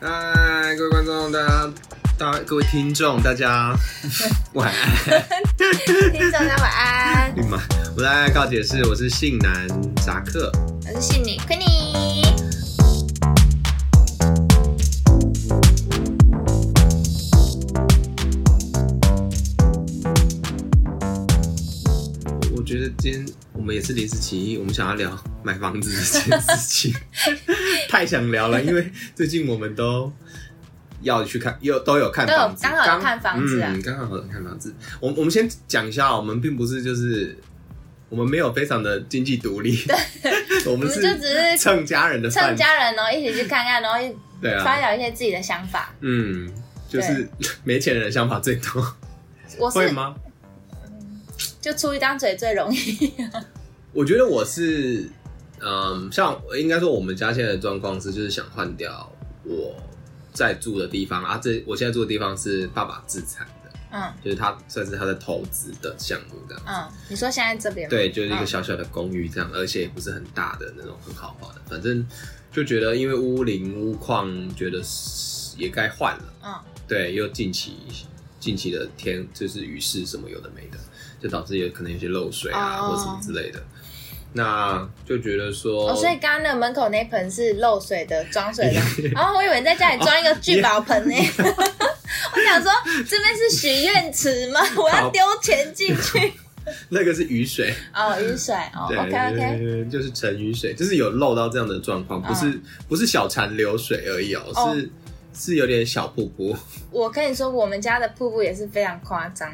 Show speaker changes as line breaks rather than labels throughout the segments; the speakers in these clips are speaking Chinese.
各位观众，大家，大家，各位听众，大 家晚安。
听众大家晚安，
你们，我的爱爱告解是，我是性男扎克。
我是信你 Queenie。
我觉得今天我们也是临时起意，我们想要聊买房子这件事 情，太想聊了，因为最近我们都要去看，又都有看
都有
房子，
刚好有看房子啊
嗯，刚好有看房子。我我们先讲一下，我们并不是就是我们没有非常的经济独 立，我
我
们
们
是
就只是
蹭家人的饭
趁，家人哦，一起去看看，然后一
对
发
啊，
表一些自己的想法。
嗯，就是没钱人的想法最多，
我
会
哦是
吗？
就出一张嘴最容易，
我觉得我是，嗯，像应该说我们家现在的状况是，就是想换掉我在住的地方啊，这我现在住的地方是爸爸自产的，
嗯
就是他算是他的投资的项目这样。
嗯，你说现在这边吗
对，就是一个
嗯
小小的公寓这样，而且也不是很大的那种，很豪华的。反正就觉得，因为屋龄屋况，觉得是也该换了。
嗯
对，又近期近期的天就是雨势什么有的没的，就导致有可能有些漏水啊、
哦
或什么之类的。那就觉得说，
哦，所以刚刚那个门口那盆是漏水的，装水的。然后我以为你在家里装一个聚宝盆呢、 我想说这边是许愿池吗？我要丢钱进去。
那个是雨水，
哦，雨水哦
对
，OK OK，
就是沉雨水，就是有漏到这样的状况，不是、不是小潺流水而已哦，
啊哦
是是有点小瀑布，
我跟你说，我们家的瀑布也是非常夸张，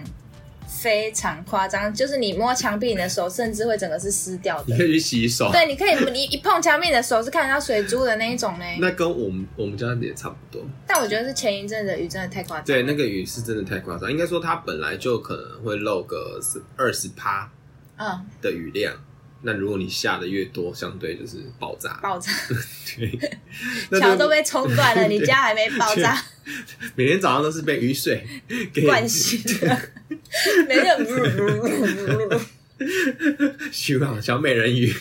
非常夸张，就是你摸墙壁，你的手甚至会整个是湿掉
你
的。
可以去洗手。
对，你可以，你一碰墙壁，你的手是看得到水珠的那一种呢。
那跟我们我们家也差不多，
但我觉得是前一阵的雨真的太夸张。
对，那个雨是真的太夸张。应该说它本来就可能会漏个二十趴，
嗯，
的雨量，那如果你下的越多，相对就是爆 炸。
爆炸，
对，
桥
那
都
就
被冲断了，你家还没爆炸。
每天早上都是被雨水 给
惯性的，没有，
熏好啊小美人 鱼，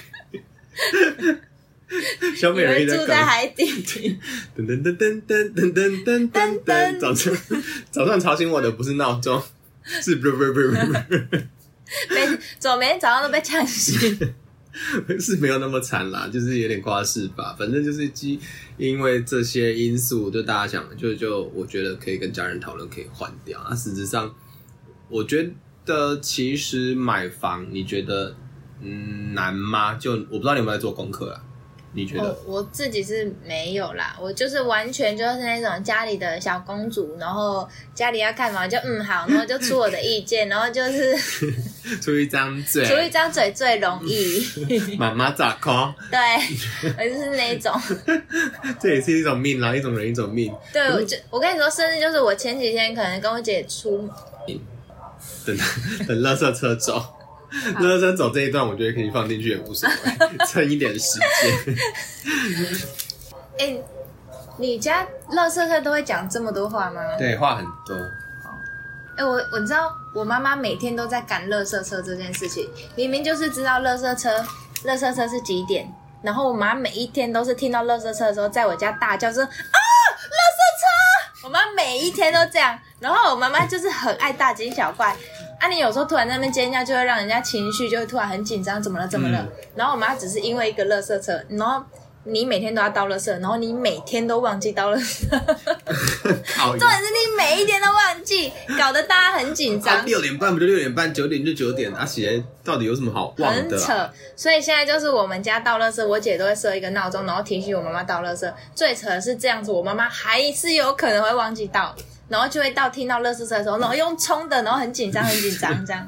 小
你
美人
们
鱼
住
在
在
搞
海底，
噔噔噔噔噔噔噔噔噔噔，早上早上吵醒我的不是闹钟，是不不不
每走每天早上都被呛醒。
不， 是没有那么惨啦，就是有点夸饰吧。反正就是基因为这些因素，就大家想，就就我觉得可以跟家人讨论，可以换掉。那实质上，我觉得其实买房，你觉得嗯难吗？就我不知道你有没有在做功课啦，你觉得？
我哦我自己是没有啦，我就是完全就是那种家里的小公主，然后家里要看房就嗯好，然后就出我的意见，然后就是
出一张嘴，
出一张嘴最容易。
妈妈咋抠？
对，我就是那一种。
这也是一种命啦，一种人一种命。
对，我就我跟你说，甚至就是我前几天可能跟我姐出，
等 等，垃圾车走，垃圾车走这一段，我觉得可以放进去也无所 谓，蹭一点时间。
哎、你家乐色客都会讲这么多话吗？
对，话很多，
哎、我我知道，我妈妈每天都在赶垃圾车这件事情，明明就是知道垃圾车，垃圾车是几点，然后我妈每一天都是听到垃圾车的时候，在我家大叫说啊，垃圾车！我妈每一天都这样，然后我妈妈就是很爱大惊小怪。啊，你有时候突然在那边尖叫，就会让人家情绪就会突然很紧张，怎么了？怎么了？
嗯
然后我妈只是因为一个垃圾车，然后你每天都要倒垃圾，然后你每天都忘记倒垃圾，
靠
重点是你每一天都忘记，搞得大家很紧张
啊，。六点半不就六点半，九点就九点，啊，起来到底有什么好忘
很
的、啊？
扯，所以现在就是我们家倒垃圾，我姐都会设一个闹钟，然后提醒我妈妈倒垃圾。最扯的是这样子，我妈妈还是有可能会忘记倒，然后就会到听到垃圾车的时候，然后用冲的，然后很紧张，很紧张，这样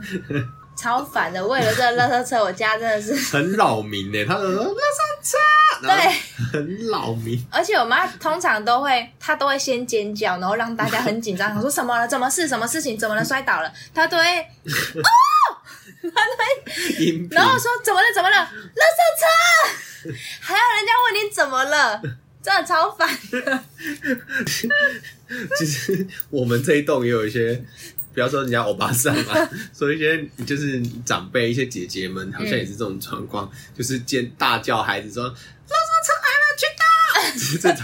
超烦的。为了这个垃圾车，我家真的是
很扰民呢、他们说那上车，啊然后
对，
很扰民。
而且我妈通常都会，她都会先尖叫，然后让大家很紧张，想说什么了，怎么事，什么事情，怎么了，摔倒了，她都会
音频
然后说怎么了怎么了，垃圾车， 还要人家问你怎么了，真的超烦。
其实我们这一栋也有一些，不要说人家欧巴桑 啊，说一些就是长辈、一些姐姐哎们，好像也是这种状况，就是尖大叫孩子说：“垃圾车来了，去 这种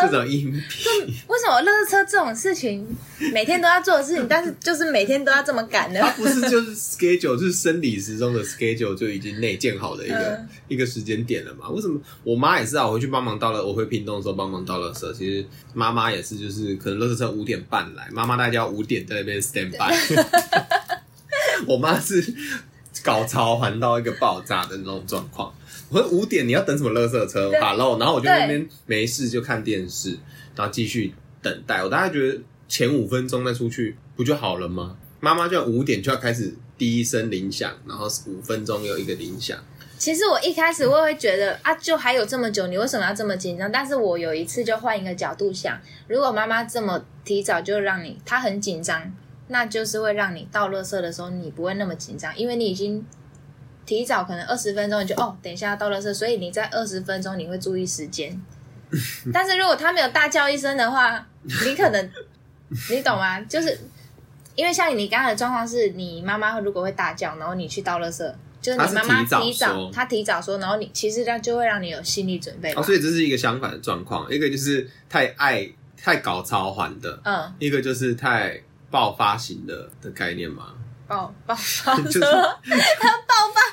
这种音频，
为什么垃圾车这种事情每天都要做的事情，但是就是每天都要这么赶呢？
它不是就是 schedule，就是生理时钟的 schedule 就已经内建好的一个、
嗯
一个时间点了嘛？为什么我妈也是啊？我回去帮忙倒了，我回屏东的时候帮忙倒垃圾，其实妈妈也是，就是可能垃圾车五点半来，妈妈大概要五点在那边 stand by。我妈是搞潮环到一个爆炸的那种状况。我说五点你要等什么垃圾车
对
？Hello，然后我就在那边没事就看电视，然后继续等待。我大概觉得前五分钟再出去不就好了吗？妈妈就要五点就要开始第一声铃响，然后五分钟又一个铃响。
其实我一开始我也会觉得啊，就还有这么久，你为什么要这么紧张？但是我有一次就换一个角度想，如果妈妈这么提早就让你，她很紧张，那就是会让你倒垃圾的时候你不会那么紧张，因为你已经提早可能二十分钟，你就哦，等一下要倒垃圾，所以你在二十分钟你会注意时 间。但是如果她没有大叫一声的话，你可能 你懂吗？就是因为像你刚才的状况是，你妈妈如果会大叫，然后你去倒垃圾，就是
她
你
是
妈妈
提早
提
说
早，她提早说，然后你其实这样就会让你有心理准备
哦，
嘛。
所以这是一个相反的状况，一个就是太爱太搞潮环的，
嗯，
一个就是太爆发型的的概念嘛。
爆爆发
就是
车，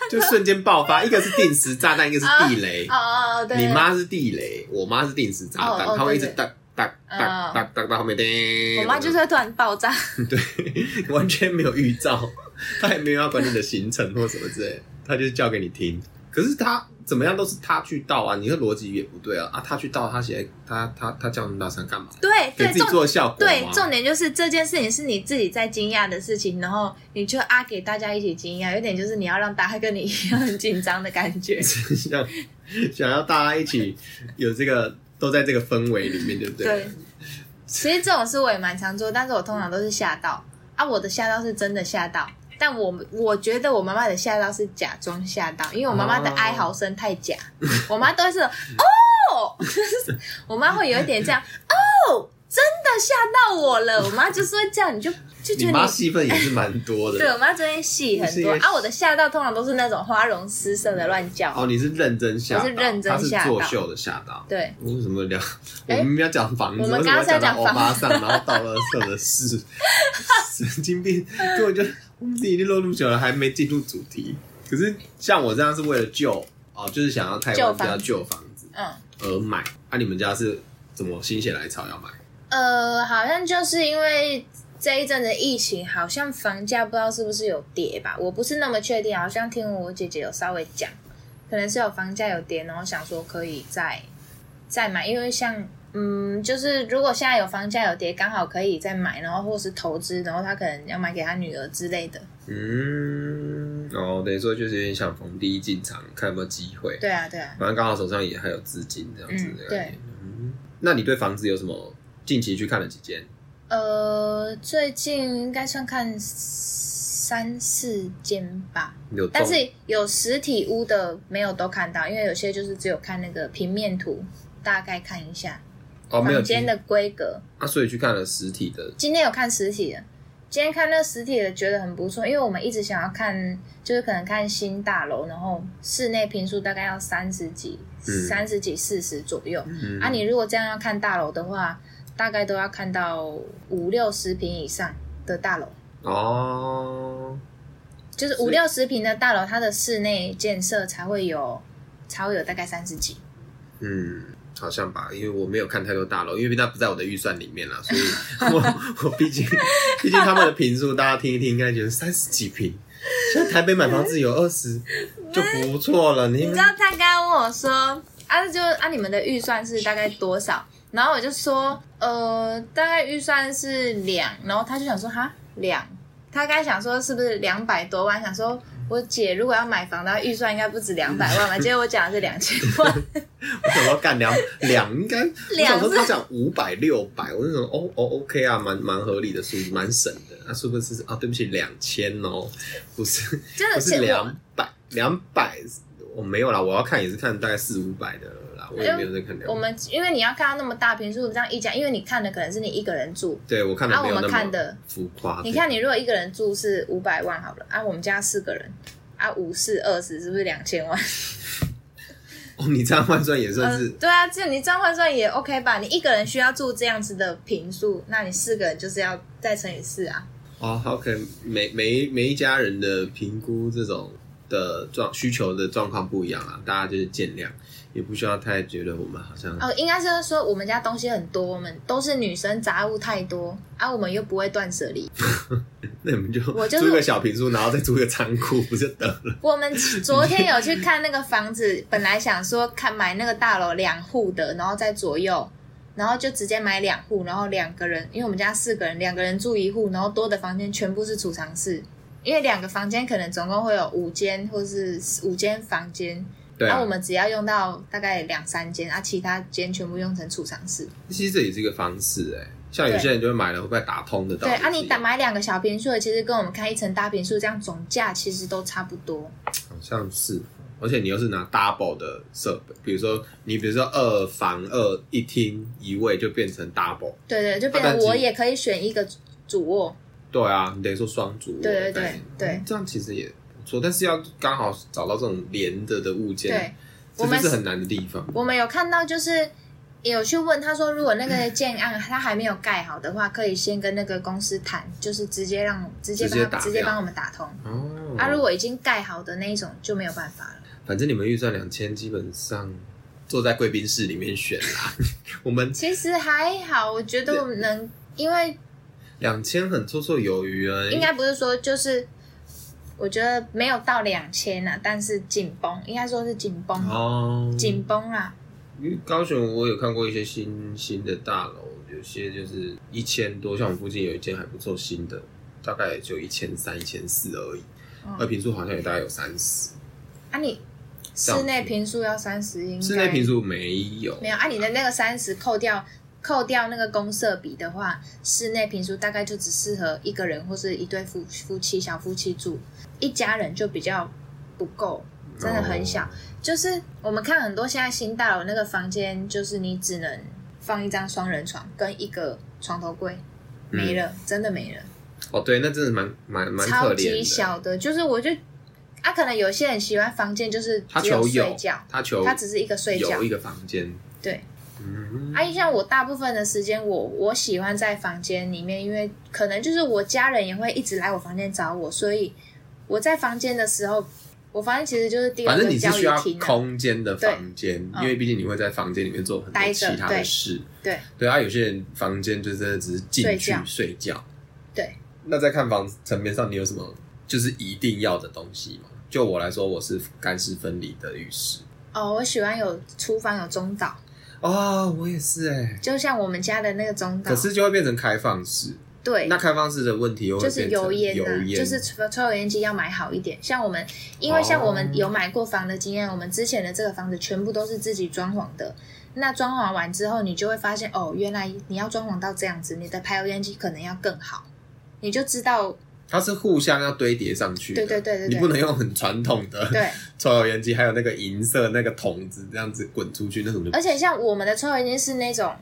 就瞬间爆发，一个是定时炸弹，一个是地雷。
哦哦哦，对，
你妈是地雷，我妈是定时炸弹，
哦哦
她会一直
对对
哒哒哒
嗯
哒哒到后面叮。
我妈就是会突然爆炸。
对，完全没有预兆， 她也没有要管你的行程或什么之类的，她就是叫给你听。可是她怎么样都是她去倒啊，你的逻辑也不对啊啊！她去倒，她写她她她叫那么大声干嘛？
对
给
对，
自己
重
做效果
对
吗？
重点就是这件事情是你自己在惊讶的事情，然后你就啊给大家一起惊讶，有点就是你要让大家跟你一样很紧张的感觉。
想想要大家一起有这个都在这个氛围里面，对不对？
对，其实这种事我也蛮常做，但是我通常都是吓到啊，我的吓到是真的吓到，但我我觉得我妈妈的吓到是假装吓到，因为我妈妈的
哦
哀嚎声太 假，我妈都是哦， 我妈会有一点这样哦，真的吓到我了，我妈就是会这样，你就就
你
觉得
妈
你
戏份也是蛮多的。
对我妈这边戏
就是
很
因
多
为
啊，我的吓到通常都是那种花容失色的乱叫，
哦，你是认真吓到，
我是认真
他
吓到
是作秀的吓到。
对。
为什么聊？我
哎
们要讲房子，
我们
为什么要
刚刚在
讲
讲
到欧巴桑，然后到了色的事，神经病，根本就我们已经录那么久了，还没进入主题。可是像我这样是为了救哦，就是想要台湾家救房子
嗯，
而买。啊，你们家是怎么心血来潮要买？
呃，好像就是因为这一阵的疫情，好像房价不知道是不是有跌吧，我不是那么确定，好像听我姐姐有稍微讲，可能是有房价有跌，然后想说可以再再买，因为像。嗯，就是如果现在有房价有跌，刚好可以再买，然后或是投资，然后他可能要买给他女儿之类的。
嗯，哦，等于说就是有点想逢低进场，看有没有机会。
对啊，对啊。
反正刚好手上也还有资金这样子
嗯
的概念。嗯，那你对房子有什么近期去看了几间？
呃，最近应该算看三四间吧，
有中
但是有实体屋的没有都看到，因为有些就是只有看那个平面图，大概看一下
哦没有
房间的规格。
啊，所以去看了实体的。
今天有看实体的，今天看那实体的觉得很不错，因为我们一直想要看，就是可能看新大楼，然后室内平数大概要三十几、
嗯
三十几、四十左右。
嗯
啊，你如果这样要看大楼的话，大概都要看到五六十平以上的大楼，
哦，
就是
是
五六十平的大楼，它的室内建设才会有，才会有大概三十几。
嗯，好像吧，因为我没有看太多大楼，因为它不在我的预算里面啦，所以 我我毕竟毕竟他们的平数，大家听一听，应该觉得三十几平。现在台北买房子有二 十就不错了，你
你
们
知道他刚刚问我说，啊，就啊，你们的预算是大概多少？然后我就说，呃，大概预算是两，然后他就想说，哈，两，他刚才想说是不是两百多万？想说我姐如果要买房的话，预算应该不止两百万吧？结果我讲的是两千万。
我想说干两两应该，我
两
想说
是
他讲五百六百，我就想哦哦 OK 啊，蛮蛮合理的数字，蛮省的。那、是不是啊？对不起，两千哦，不是
真
不
的
是
是
两百两百，我没有啦，我要看也是看大概四五百的了啦，我也没有在看两。
我们因为你要看到那么大平数这样一家，因为你看的可能是你一个人住，
对我看的
啊
没有
我
那
们看
么
的
浮夸。
你看你如果一个人住是五百万好了，啊，我们家四个人，啊，五四二十是不是两千万？
哦，你这样换算也算是
嗯，对啊，这你这样换算也 OK 吧？你一个人需要住这样子的平数，那你四个人就是要再乘以四啊。
哦，OK，每每一每一家人的评估这种的状需求的状况不一样啊，大家就是见谅，也不需要太觉得我们好像
哦，应该是说我们家东西很多，我们都是女生杂物太多啊，我们又不会断舍离。
那你们就
我就是
租一个小平数，然后再租一个仓库，不就得了？
我们昨天有去看那个房子，本来想说看买那个大楼两户的，然后再左右，然后就直接买两户，然后两个人，因为我们家四个人，两个人住一户，然后多的房间全部是储藏室，因为两个房间可能总共会有五间或是五间房间，
对
啊、
啊
我，们只要用到大概两三间，啊，其他间全部用成储藏室。
其实这也是一个方式哎、像有
对
些人就会买了会被打通的道
对
理是一
啊，
样，
你打买两个小平数的，其实跟我们开一层大平数，这样总价其实都差不多。
好像是，而且你又是拿 double 的设备，比如说你比如说二房二一厅一卫就变成 double，
对对，就变
啊但
成
其
我也可以选一个主卧。
对啊，你等于说双主卧的
对对
概念，
对对
嗯这样其实也不错，但是要刚好找到这种连着的物
对
件，，这
我
就
们
是很难的地方。
我们有看到，就是有去问他说，如果那个建案他还没有盖好的话，可以先跟那个公司谈，就是直接让直接
直接
帮
打
他
掉
直接帮我们打通。
哦，
啊，如果已经盖好的那一种就没有办法了。
反正你们预算两千，基本上坐在贵宾室里面选啦。 我们
其实还好，我觉得我们能，因为
两千很绰绰有余啊，
应该不是说就是，我觉得没有到两千啊，但是紧绷，应该说是紧绷，
哦，
紧绷啊啦。
因为高雄我有看过一些新新的大楼，有些就是一千多，像我们附近有一间还不错新的，大概也就一千三、一千四而已，
嗯
而平数好像也大概有三十，
啊，你
样
室内平数要三十，应该
室内平数没有，
没有啊，你的那个三十扣掉扣掉那个公社比的话，室内平数大概就只适合一个人或是一对夫夫妻小夫妻住，一家人就比较不够，真的很小。
哦
就是我们看很多现在新大楼那个房间，就是你只能放一张双人床跟一个床头柜，没了，真的没了。
哦，对，那真的蛮蛮嗯蛮
超
可
级
怜的。
小的，就是我就啊，可能有些人喜欢房间就是
他
只有
求
睡
有
觉，，
他求
他只是一个睡觉
有，一个房间，
对。
嗯，
啊，像我大部分的时间我，我喜欢在房间里面，因为可能就是我家人也会一直来我房间找我，所以我在房间的时候，我房间其实就是第二
反正
个
你是
交
需要
易厅、啊。
空间的房间，
嗯
因为毕竟你会在房间里面做很
待
多
着
其他
对
的事。
对
对啊，有些人房间就真的只是进去
睡觉
睡觉。
对，
那在看房层面上，你有什么就是一定要的东西吗？就我来说，我是干湿分离的浴室。
哦，我喜欢有厨房有中岛，
哦，我也是哎、
就像我们家的那个中岛
可，是就会变成开放式。
对，
那开放式的问题又会
就是
变成
油烟
油
呐、
烟，
就是抽抽油烟机要买好一点。像我们，因为像我
哦
们有买过房的经验，我们之前的这个房子全部都是自己装潢的。那装潢完之后，你就会发现哦，原来你要装潢到这样子，你的排油烟机可能要更好，你就知道
它是互相要堆叠上去的。
对对对对对
你不能用很传统的
对。
抽油烟机，还有那个银色那个筒子这样子滚出去，那种就
而且像我们的抽油烟机是那种，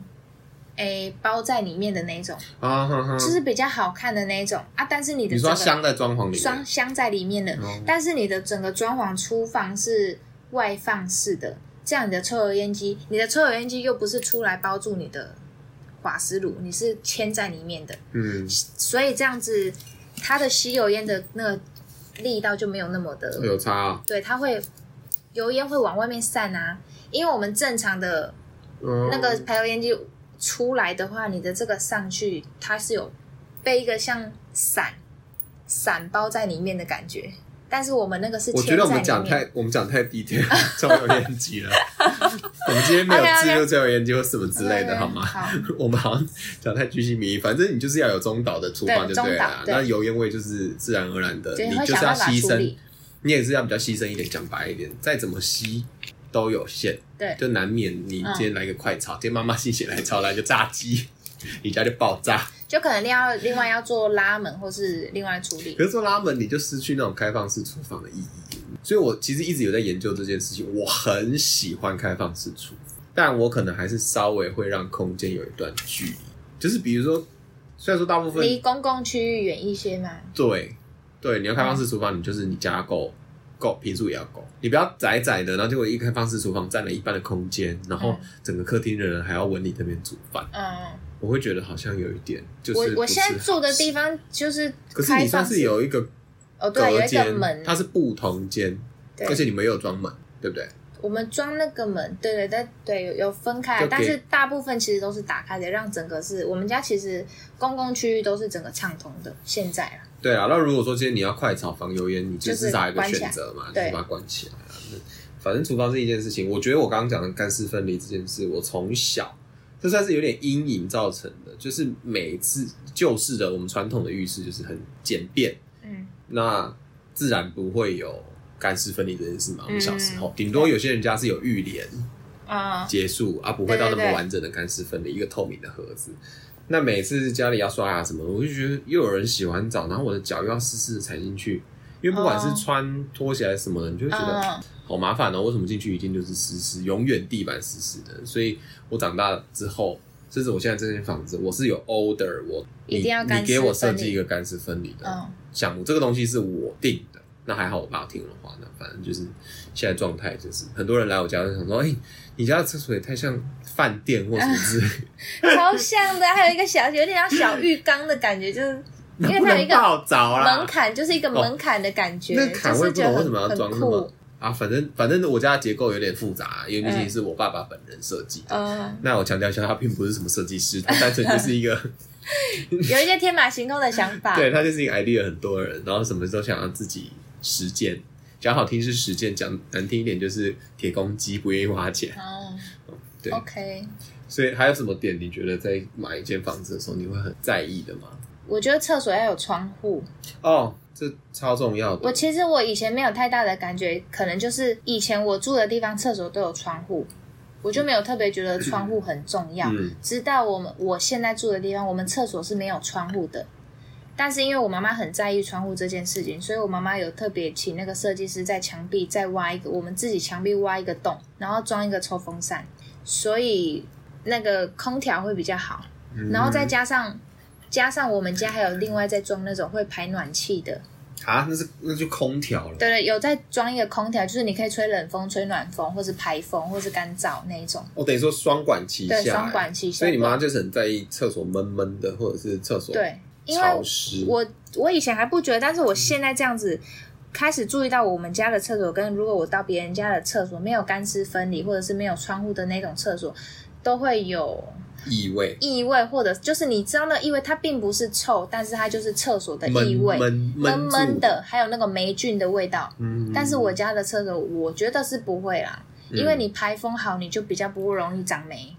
诶、包在里面的那种，
啊哈哈。
就是比较好看的那种啊。但是你的
你说它
整个
镶在装潢里面，
双镶在里面的，
哦
但是你的整个装潢厨房是外放式的，这样你的抽油烟机，你的抽油烟机又不是出来包住你的瓦斯炉，你是嵌在里面的，
嗯，
所以这样子它的吸油烟的那个力道就没有那么的，
有差啊。
对，它会油烟会往外面散啊，因为我们正常的
嗯
那个排油烟机出来的话，你的这个上去它是有被一个像伞伞包在里面的感觉，但是我们那个是
我觉得我
嵌在
们
里
讲
面
太我们讲太 detail 抽油烟机了，我们今天没有
OK，OK
记录抽油烟机或什么之类的，好吗？
好，
我们好像讲太居心民意，反正你就是要有中岛的厨房
对
就对了啊
中岛。对
那油烟味就是自然而然的，
就是
你
会
就
想
是要
办法
牺
处
牲
理，。
你也是要比较牺牲一点，讲白一点，再怎么吸都有限，
对
就难免你
嗯
今天来个快炒，今天妈妈心血来潮来个炸鸡，你家就爆炸。
就可能要另外要做拉门或是另外处理
可。是做拉门，你就失去那种开放式厨房的意义。所以我其实一直有在研究这件事情，我很喜欢开放式厨房，但我可能还是稍微会让空间有一段距离，就是比如说，虽然说大部分
嗯离公共区域远一些嘛，
对对，你要开放式厨房，你就是你加购够，平数也要够。你不要窄窄的，然后结果一开放式厨房占了一半的空间，然后整个客厅的人还要闻你那边煮饭，
嗯，
我会觉得好像有一点就是
我
不
我
是
现在住的地
好
方就是
可是
开
你算
放
是
式，
有一个
哦，对啊，有
隔
一个
间，
门，
它是不同间，
对
而且你们也有装满，对不对？
我们装那个门，对对对对，有有分开
就给，
但是大部分其实都是打开的，让整个是我们家其实公共区域都是整个畅通的。现在啊，
对啊，那如果说今天你要快炒防油烟，你就
就是
至少有一个
关起
选
来
择嘛，就
对
是把它关起来啊。那反正厨房是一件事情，我觉得我刚刚讲的干湿分离这件事，我从小这算是有点阴影造成的，就是每次旧式的我们传统的浴室就是很简便，
嗯，
那自然不会有干湿分离这件事嘛。我们小时候
嗯
顶多有些人家是有浴帘，
啊、
结束啊，不会到那
对对
么
对
完整的干湿分离，一个透明的盒子。那每次家里要刷牙什么，我就觉得又有人洗完澡，然后我的脚又要湿湿的踩进去，因为不管是
哦
穿拖鞋还是什么的，你就会觉得
嗯，
好麻烦哦。为什么进去一定就是湿湿，永远地板湿湿的？所以我长大之后，甚至我现在这间房子，我是有 order 我你
一定要干湿
你给我设
分离
计一个干湿分离的
嗯，
项目，这个东西是我定的。那还好，我爸听我的话。那反正就是现在状态，就是很多人来我家就想说：“哎、你家的厕所也太像饭店或什么之类的，
超像的，还有一个小有点像小浴缸的感觉，就是 因为
不
它有一
能
个
泡澡啦。哦
门槛，就是一个门槛的感觉，
那坎
就
我也
是
不
觉
懂
得
为什么要
很
装
很
那么
酷，
啊，反正反正我家的结构有点复杂、啊因为毕竟
嗯
是我爸爸本人设计的。
嗯，
那我强调一下，他并不是什么设计师，他单纯就是一个，
有一些天马行空的想 法，
对他就是一个 idea 很多人，然后什么都想要自己实践。讲好听是实践，讲难听一点就是铁公鸡，不愿意花钱。
嗯
对，
，OK。
所以还有什么点你觉得在买一间房子的时候你会很在意的吗？
我觉得厕所要有窗户。
哦，这超重要的。
我其实我以前没有太大的感觉，可能就是以前我住的地方厕所都有窗户，我就没有特别觉得窗户很重要。
嗯
直到我们我现在住的地方，我们厕所是没有窗户的。但是因为我妈妈很在意窗户这件事情，所以我妈妈有特别请那个设计师在墙壁再挖一个，我们自己墙壁挖一个洞，然后装一个抽风扇，所以那个空调会比较好。
嗯
然后再加上加上我们家还有另外再装那种会排暖气的，
啊，那是那就空调了。
对对，有再装一个空调，就是你可以吹冷风、吹暖风，或是排风，或是干燥那一种。
我、哦等于说双管齐下、
对，双管齐下。
所以你妈就是很在意厕所闷闷的，或者是厕所
对，因为
潮湿。
我我以前还不觉得，但是我现在这样子。开始注意到我们家的厕所跟如果我到别人家的厕所没有干湿分离或者是没有窗户的那种厕所，都会有
异味、
异味，或者就是你知道那异味它并不是臭，但是它就是厕所的
闷
异味。
闷
闷
闷住
闷。的，还有那个霉菌的味道。
嗯，
但是我家的厕所，我觉得是不会啦，因
嗯
为你排风好，你就比较不容易长霉。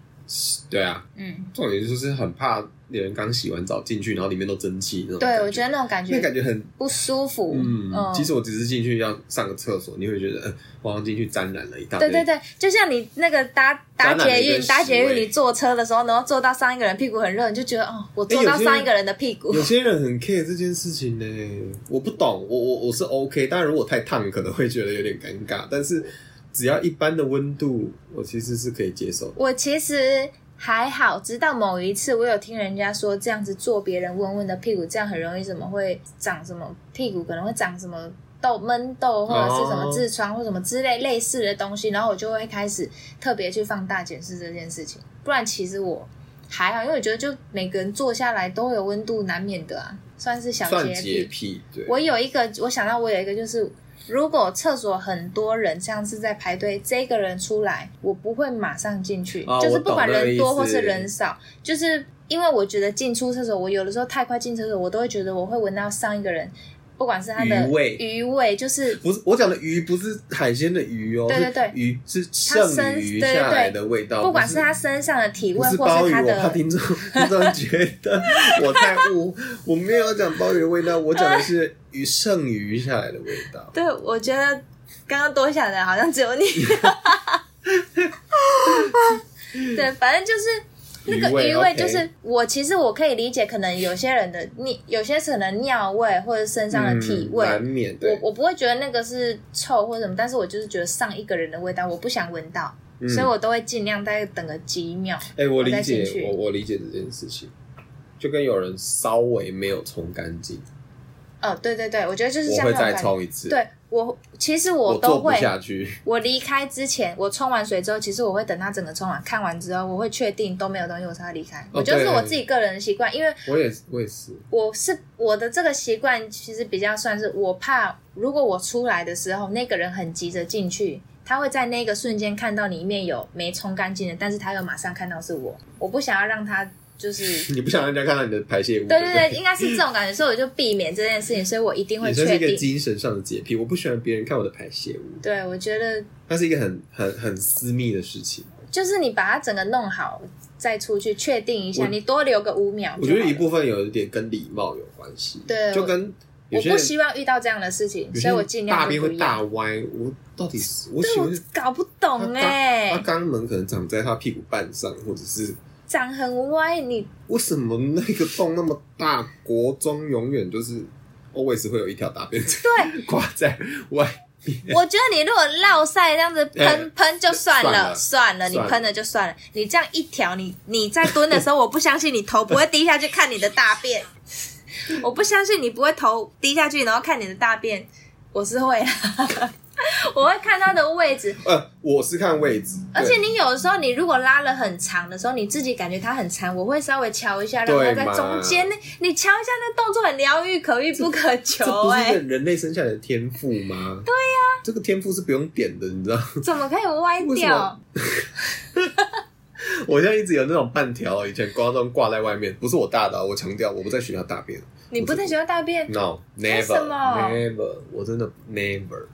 对啊，
嗯，
重点就是很怕有人刚洗完澡进去，然后里面都蒸汽那种感。
对，我觉得那种感
那
觉
感觉很
不舒服。
嗯，
嗯，
其实我只是进去要上个厕所，你会觉得，呃，我好像进去沾染了一大
对
堆。
对对，就像你那个搭搭
沾染了
捷
一堆
运，搭捷
屎
运
味
你坐车的时候，然后坐到上一个人屁股很热，你就觉得哦，我坐
哎有
到
些
上
人
一个人的屁股
有。些人很 care 这件事情呢，我不懂，我我我是 OK，但如果太烫，可能会觉得有点尴尬。但是只要一般的温度，我其实是可以接受的。
我其实还好，直到某一次，我有听人家说，这样子坐别人温温的屁股，这样很容易什么会长什么屁股可能会长什么痘闷痘，或者是什么痔疮或什么之类类似的东西，然后我就会开始特别去放大检视这件事情。不然其实我还好，因为我觉得就每个人坐下来都会有温度，难免的啊，算是小
算
洁
洁
癖。
癖，对，
我有一个，我想到我有一个就是。如果厕所很多人，像是在排队，这个人出来，我不会马上进去，
哦
就是
我
不
懂
管
那个
人
意
多
思
或是人少，就是因为我觉得进出厕所，我有的时候太快进厕所，我都会觉得我会闻到上一个人，不管是他的
余味
余味就是
不是我讲的鱼，不是海鲜的鱼哦，
对对对
是鱼是
它
剩
生
鱼
对对对
下来的味道，
不管
是
是他身上的体
哦不
味，
是啊
或
鲍鱼，我怕
他的
听众听众觉得我在污，我没有讲鲍鱼的味道，我讲的 是鱼剩余下来的味道。
对，我觉得刚刚多想的好像 只有你。对，反正就是那个
余
余
味
味，
，OK
就是我其实我可以理解，可能有些人的你有些是可能尿味或者身上的体
嗯
味。
难免对
我我不会觉得那个是臭或者什么，但是我就是觉得上一个人的味道，我不想闻到，
嗯
所以我都会尽量大概等个几秒。
哎、我
我
理
再进
解，
去
我我理解这件事情，就跟有人稍微没有冲干净，
哦，对对对，我觉得就是
我
像
会
那种
再
感觉。
冲一次。
对，我其实我
我
都
做不
会，
下去。
我离开之前，我冲完水之后，其实我会等它整个冲完，看完之后，我会确定都没有东西，我才会离开。
哦
我就是
对
我自己个人的习惯，因为
我也是我也是，
我是我的这个习惯，其实比较算是我怕，如果我出来的时候，那个人很急着进去，他会在那个瞬间看到里面有没冲干净的，但是他又马上看到是我， 我不想要让他 就是。
你不想让人家看到你的排泄物。
对
对
对
不
对，应该是这种感觉，所以我就避免这件事情，所以我一定会
也算是
确
一个
定。
精神上的洁癖，我不喜欢别人看我的排泄物，
对，我觉得
那是一个很很很私密的事情。
就是你把它整个弄好，再出去确定一下，
我
你多留个五秒就好
我
了。
觉得一部分有一点跟礼貌有关系，
对
就跟有
我
些
不
人
希望遇到这样的事情，
有
所
些
以我尽量
大
就
便
不
会
要
大。歪，我到底是我
对，
喜
我
欢是
搞不懂哎、
他肛门可能长在他屁股半上，或者是
长很歪，你
为什么那个洞那么大？国中永远就是 always 会有一条大便
对
挂在外，
我觉得你如果绕晒这样子
哎
喷喷就算了，
算了
算了，你
算了
喷了就算了。你这样一条，你你在蹲的时候，我不相信你头不会低下去看你的大 便，我不相信你不会头低下去然后看你的大便，我是会啦， 我会看它的位置。
呃，我是看位置，
嗯而且
对
你有的时候，你如果拉了很长的时候，你自己感觉它很长，我会稍微敲一下，让它
对
在
嘛
中间。那你敲一下，那动作很疗愈，可遇不可
这
求、
不是一
哎啊
个，人类生下来的天赋吗？对呀、这个天赋是不用点的，你知道？
怎么可以歪
为什
掉
么？我现在一直有那种半条，以前高中挂在外面，不是我大的哦，我强调我不在学校大便
你不太喜欢大便？
，no
什
never
么
never，我真的 never。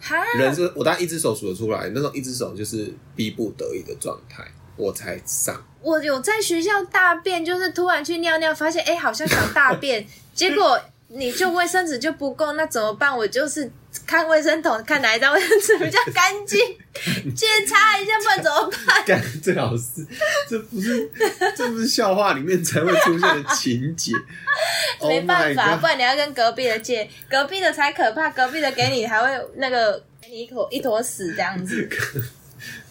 哈，
人是，我大概一只手数得出来，那种一只手就是逼不得已的状态，我才上。
我有在学校大便，就是突然去尿尿，发现哎、好像想大 便，结果你就卫生纸就不够，那怎么办？我就是看卫生桶，看哪一张卫生纸比较干 净，去擦一下，不然怎么办？
干，最好是，这不是，这不是笑话里面才会出现的情节。Oh
没办法，
my
不
god，
然你要跟隔壁的借，隔壁的才可怕，隔壁的给你还会那个给你一坨一坨屎这样 子。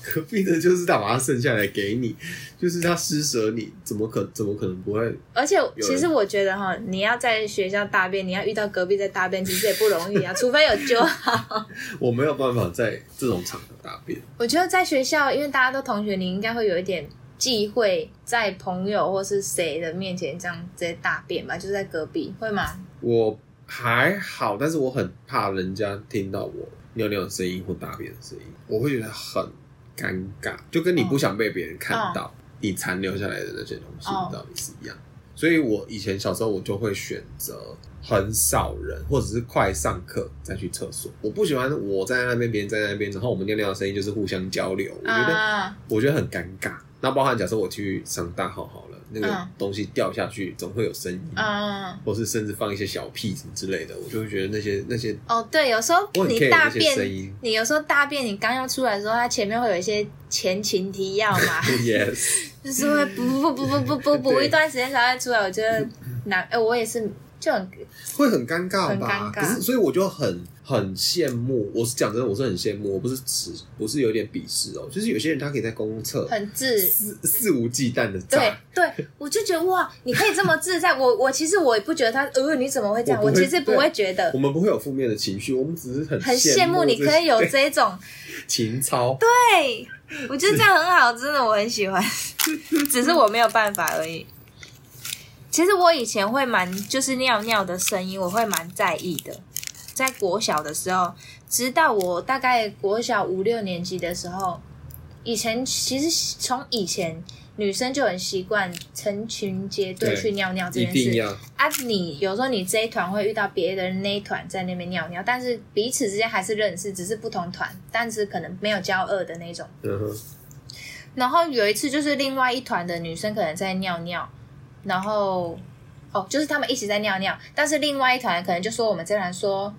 隔壁的就是他把它剩下来给你，就是他施舍你，怎么可怎么可能不会？
而且其实我觉得哈，你要在学校大便，你要遇到隔壁在大便，其实也不 容易啊，除非有揪好。
我没有办法在这种场合大便。
我觉得在学校，因为大家都同学，你应该会有一点忌讳，在朋友或是谁的面前这样直接大便吧，就是在隔壁，会吗？
我还好，但是我很怕人家听到我尿尿的声音或大便的声音，我会觉得很尴尬，就跟你不想被别人看到、你残留下来的那些东西
嗯哦
到底是一样。所以我以前小时候我就会选择很少人，或者是快上课再去厕所。我不喜欢我站在那边，别人站在那边，然后我们尿尿的声音就是互相交流，我觉得
啊，
我觉得很尴尬。那包含假设我去上大号好了，那个
嗯
东西掉下去总会有声音
嗯，
或是甚至放一些小屁什么之类的，我就会觉得那些那些
哦，对，有时候
我很
你
care 那
大
些
便
声音。，
你有时候大便，你刚要出来的时候，它前面会有一些前情提要嘛
yes，
就是会不不不不不不不
对
一段时间才会出来。我觉得难，哎、我也是就很
会很尴尬
很
吧？
尴尬
可是所以我就很很羡慕，我是讲真的，我是很羡慕，我不是持不是有点鄙视哦，就是有些人他可以在公共厕
很自。
肆肆无忌惮的
对
炸，
对，我就觉得哇，你可以这么自在。我我其实我也不觉得他，呃，你怎么会这样？
我
我
不会
其实不会觉得
我，们不会有负面的情绪，我们只是很
很
羡
羡慕你可以有
这些
这种。
情操。
对，我觉得这样很好，真的我很喜欢，只是我没有办法而已。其实我以前会蛮，就是尿尿的声音，我会蛮在意的。在国小的时候，直到我大概国小五六年级的时候，以前其实从以前女生就很习惯成群结队
对
去尿尿这
一
件
定
事。
要
啊，你有时候你这一团会遇到别人那一团在那边尿尿，但是彼此之间还是认识，只是不同团，但是可能没有交恶的那种。
嗯哼，
然后有一次就是另外一团的女生可能在尿尿，然后哦，就是他们一起在尿尿，但是另外一团可能就说我们这团说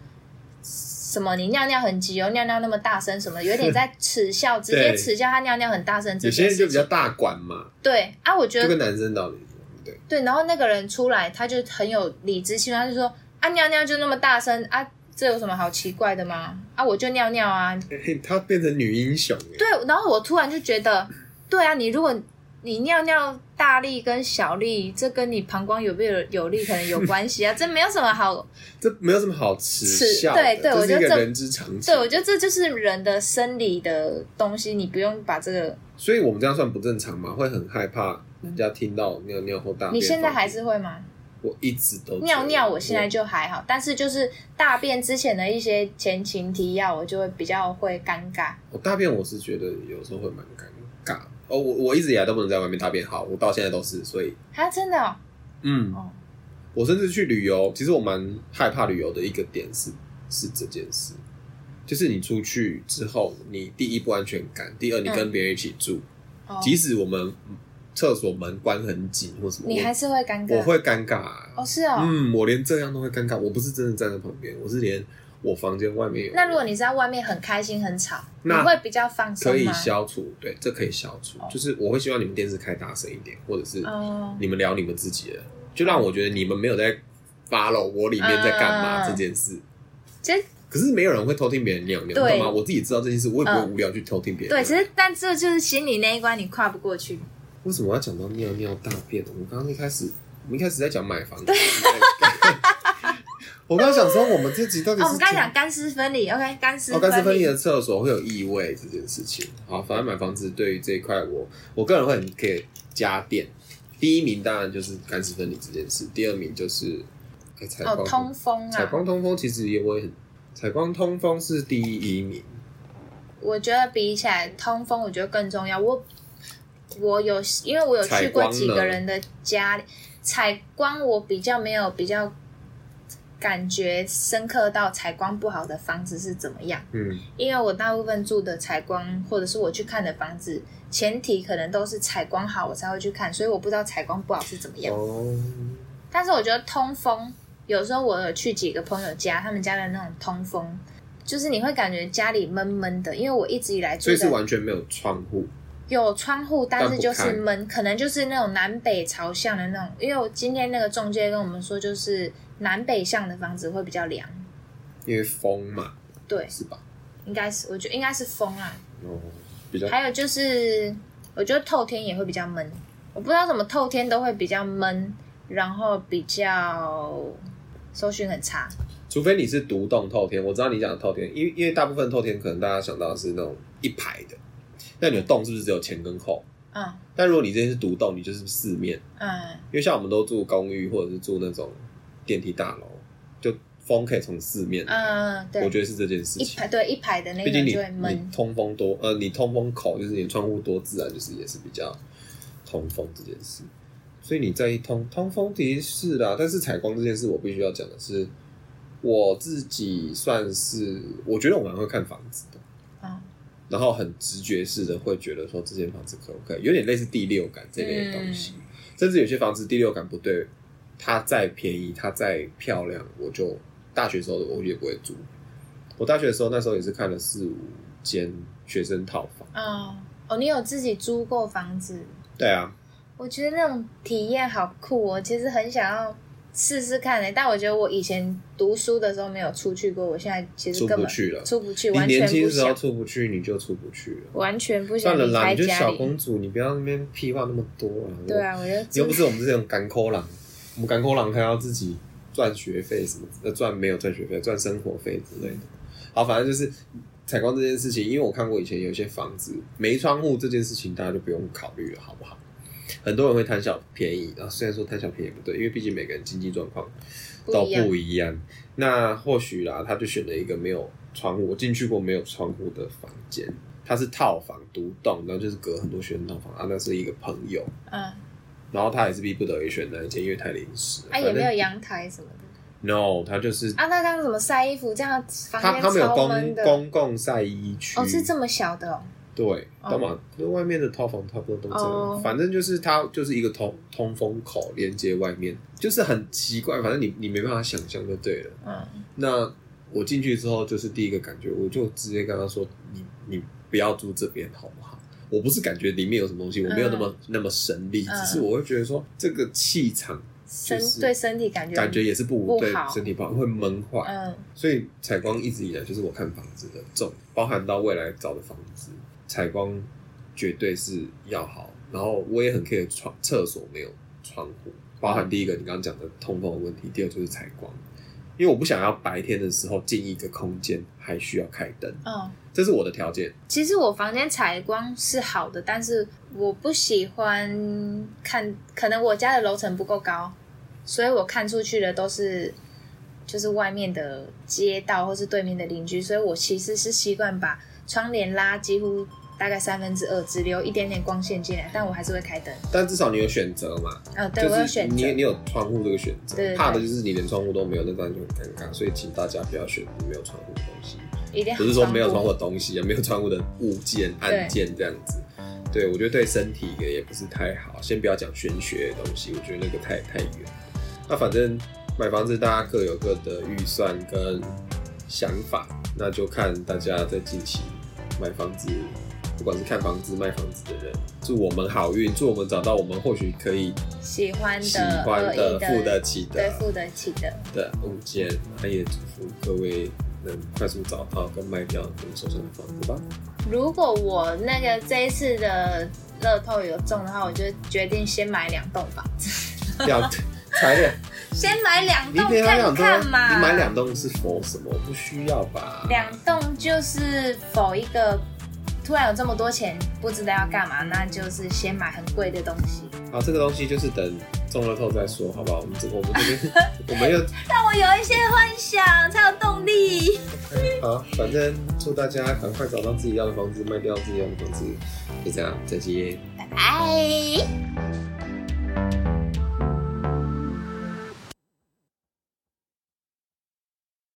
什么你尿尿很急哦，尿尿那么大声什么的，有点在耻笑，直接
对
耻笑他尿尿很大声这
有些
件
人就
事
比较
情。
大管嘛，
对啊，我觉
就
得
跟男生道理一样对。
对，然后那个人出来，他就很有理智性，他就说啊尿尿就那么大声啊，这有什么好奇怪的吗？啊我就尿尿啊，
嘿他变成女英雄哎，
对，然后我突然就觉得，对啊，你如果你尿尿大力跟小力，这跟你膀胱有没有有力可能有关系啊，这没有什么好。
这没有什么好耻
耻
笑的，
对对我
这是
觉得
一个
这
人之常情。
对，我觉得这就是人的生理的东西，你不用把这个。
所以我们这样算不正常嘛？会很害怕人家听到尿尿或大便。
你现在还？是会吗？
我一直都这样
尿尿我现在就还好，但是就是大便之前的一些前情提要，我就会比较会尴尬。
我大便，我是觉得有时候会蛮尴尬。哦，我我一直以来都不能在外面大便，好，我到现在都是，所以
啊，真的哦，
嗯，
哦
我甚至去旅游，其实我蛮害怕旅游的一个点是是这件事，就是你出去之后，你第一不安全感，第二
嗯
你跟别人一起住，
哦
即使我们厕所门关很紧或什么，
你还
我
是会尴尬。
我会尴尬、啊。
哦，是哦。
嗯，我连这样都会尴尬。我不是真的站在旁边，我是连我房间外面有人。
那如果你在外面很开心很吵，你
那
会比较放松
可以
吗？
消除，对，这可以消除。
哦
就是我会希望你们电视开大声一点，或者是
哦，
你们聊你们自己的，就让我觉得你们没有在 follow 我里面在干嘛
嗯
这件事。
其实
可是没有人会偷听别人尿尿，
对
你懂吗？我自己知道这件事，我也不会
嗯
无聊去偷听别人尿
对，
尿。
其实但这就是心理那一关你跨不过去。
为什么我要讲到尿尿大便？我们刚刚一开始，我们一开始在讲买房子。 我刚刚想说，我们这集到底
哦，
是
我们刚才讲干湿分离，OK，干湿
哦，但是分离
离。
的厕所会有异味这件事情。好，反正买房子对于这一块，我我个人会很 care 家电。第一名当然就是干湿分离这件事，第二名就是哎采
哦，
光
通风
采
啊，
光通风其实也我也很采光通风是第一名。
我觉得比起来通风，我觉得更重要。我我有，因为我有去过几个人的家里，采光我比较没有比较感觉深刻到采光不好的房子是怎么样。
嗯，
因为我大部分住的采光，或者是我去看的房子，前提可能都是采光好，我才会去看，所以我不知道采光不好是怎么样。
哦，
但是我觉得通风，有时候我有去几个朋友家，他们家的那种通风，就是你会感觉家里闷闷的，因为我一直以来住
所以是
的
完全没有窗户。
有窗户，但是就
但
是
不开
门，可能就是那种南北朝向的那种。因为我今天那个中介跟我们说，就是南北向的房子会比较凉，
因为风嘛，
对，
是吧？
应该是，我觉得应该是风啊。
哦，比较
还有就是，我觉得透天也会比较闷，我不知道怎么透天都会比较闷，然后比较搜寻很差。
除非你是独栋透天，我知道你讲的透天，因为因为大部分透天可能大家想到的是那种一排的，那你的洞是不是只有前跟后？
嗯
但如果你这边是独栋，你就是四面，
嗯，
因为像我们都住公寓或者是住那种电梯大楼，就风可以从四面来，
嗯，对，
我觉得是这件事
一
情。
排对一排的那
毕竟
个
你
就会
你
闷，
通风多，呃，你通风口就是你窗户多，自然就是也是比较通风这件事。所以你在意通通风的是啦，但是采光这件事，我必须要讲的是，我自己算是我觉得我蛮会看房子的，
嗯
然后很直觉式的会觉得说这间房子可不可以，有点类似第六感这类的东西，
嗯
甚至有些房子第六感不对，它再便宜，它再漂亮，我就大学时候的我也不会住。我大学的时候那时候也是看了四五间学生套房，
嗯，哦，你有自己租过房子？
对啊，
我觉得那种体验好酷哦，其实很想要试试看的、但我觉得我以前读书的时候没有出去过，我现在其实
出
根
不
本
去了。
出不去，
你
完
年
全
轻
不
时候
想，
出不去，你就出不去了。
完全不想
算了
离
啦，
开
你就是
家
小
里。
公主，你不要那边屁话那么多啊。
对啊，我觉得
你又不
真
是我们这种赶抠狼，我们赶抠狼还要自己赚学费什么，呃，赚没有赚学费，赚生活费之类的。好，反正就是采光这件事情，因为我看过以前有一些房子没窗户这件事情，大家就不用考虑了，好不好？很多人会贪小便宜啊，虽然说贪小便宜不对，因为毕竟每个人经济状况都
不一样
不一样。那或许啦，他就选了一个没有窗户，我进去过没有窗户的房间，它是套房独栋，然后就是隔很多学生套房啊，那是一个朋友，
嗯，
然后他也是逼不得已选那一间，因为太临时了。
啊也没
反
有
正
阳台什么的
No，他就是、
啊，那他们怎么晒衣服？这样啊房
他
间
他们有
超闷
公
的。
公共晒衣区，
哦，是这么小的哦，
对，
哦
干嘛？跟外面的套房差不多都这样，
哦
反正就是它就是一个通通风口连接外面，就是很奇怪，反正你你没办法想象就对了。
嗯，
那我进去之后，就是第一个感觉，我就直接跟他说：“你你不要住这边好不好？”我不是感觉里面有什么东西，我没有那么、那么神秘，
嗯
只是我会觉得说这个气场
身
就是
对身体感觉
感觉也是不
不
对
好
身体不好，会闷坏。
嗯
所以采光一直以来就是我看房子的重，包含到未来找的房子，采光绝对是要好，然后我也很 care 窗厕所没有窗户，包含第一个你刚刚讲的通风的问题，第二就是采光，因为我不想要白天的时候进一个空间还需要开灯，
嗯，
这是我的条件。
其实我房间采光是好的，但是我不喜欢看，可能我家的楼层不够高，所以我看出去的都是就是外面的街道或是对面的邻居，所以我其实是习惯把窗帘拉几乎大概三分之二，只留一点点光线进来，但我还是会开灯。
但至少你有选择嘛，
嗯、对、我有
就是
选
你你
择。
有窗户这个选择
对对，对
怕的就是你连窗户都没有，那当然就很尴尬。所以请大家不要选没有窗户的东西，
一定要
不是说
防
没有
护
窗户的东西啊，没有窗户的物件、按键这样子。对，我觉得对身体也也不是太好。先不要讲玄学的东西，我觉得那个太太远。那反正买房子大家各有各的预算跟想法，那就看大家在近期买房子，不管是看房子、卖房子的人，祝我们好运，祝我们找到我们或许可以
喜欢的、
喜欢
恶
的、
意
付得起
对
的啊
付得起的。
的物件，那也祝福各位能快速找到跟卖掉你们手上的房子 吧。
如果我那个这一次的乐透有中的话，我就决定先买两栋房子，
要才两，
先买两
你
栋
得买
看
两栋啊，
看嘛。
你买两栋是否什么？不需要吧？
两栋就是否一个突然有这么多钱，不知道要干嘛，那就是先买很贵的东西。
好，这个东西就是等中了透再说，好不好？我们这我们这 边我们又
让我有一些幻想，才有动力。
好，反正祝大家赶快找到自己要的
哎
房子，卖掉自己要的房子，就这样，再见。
拜。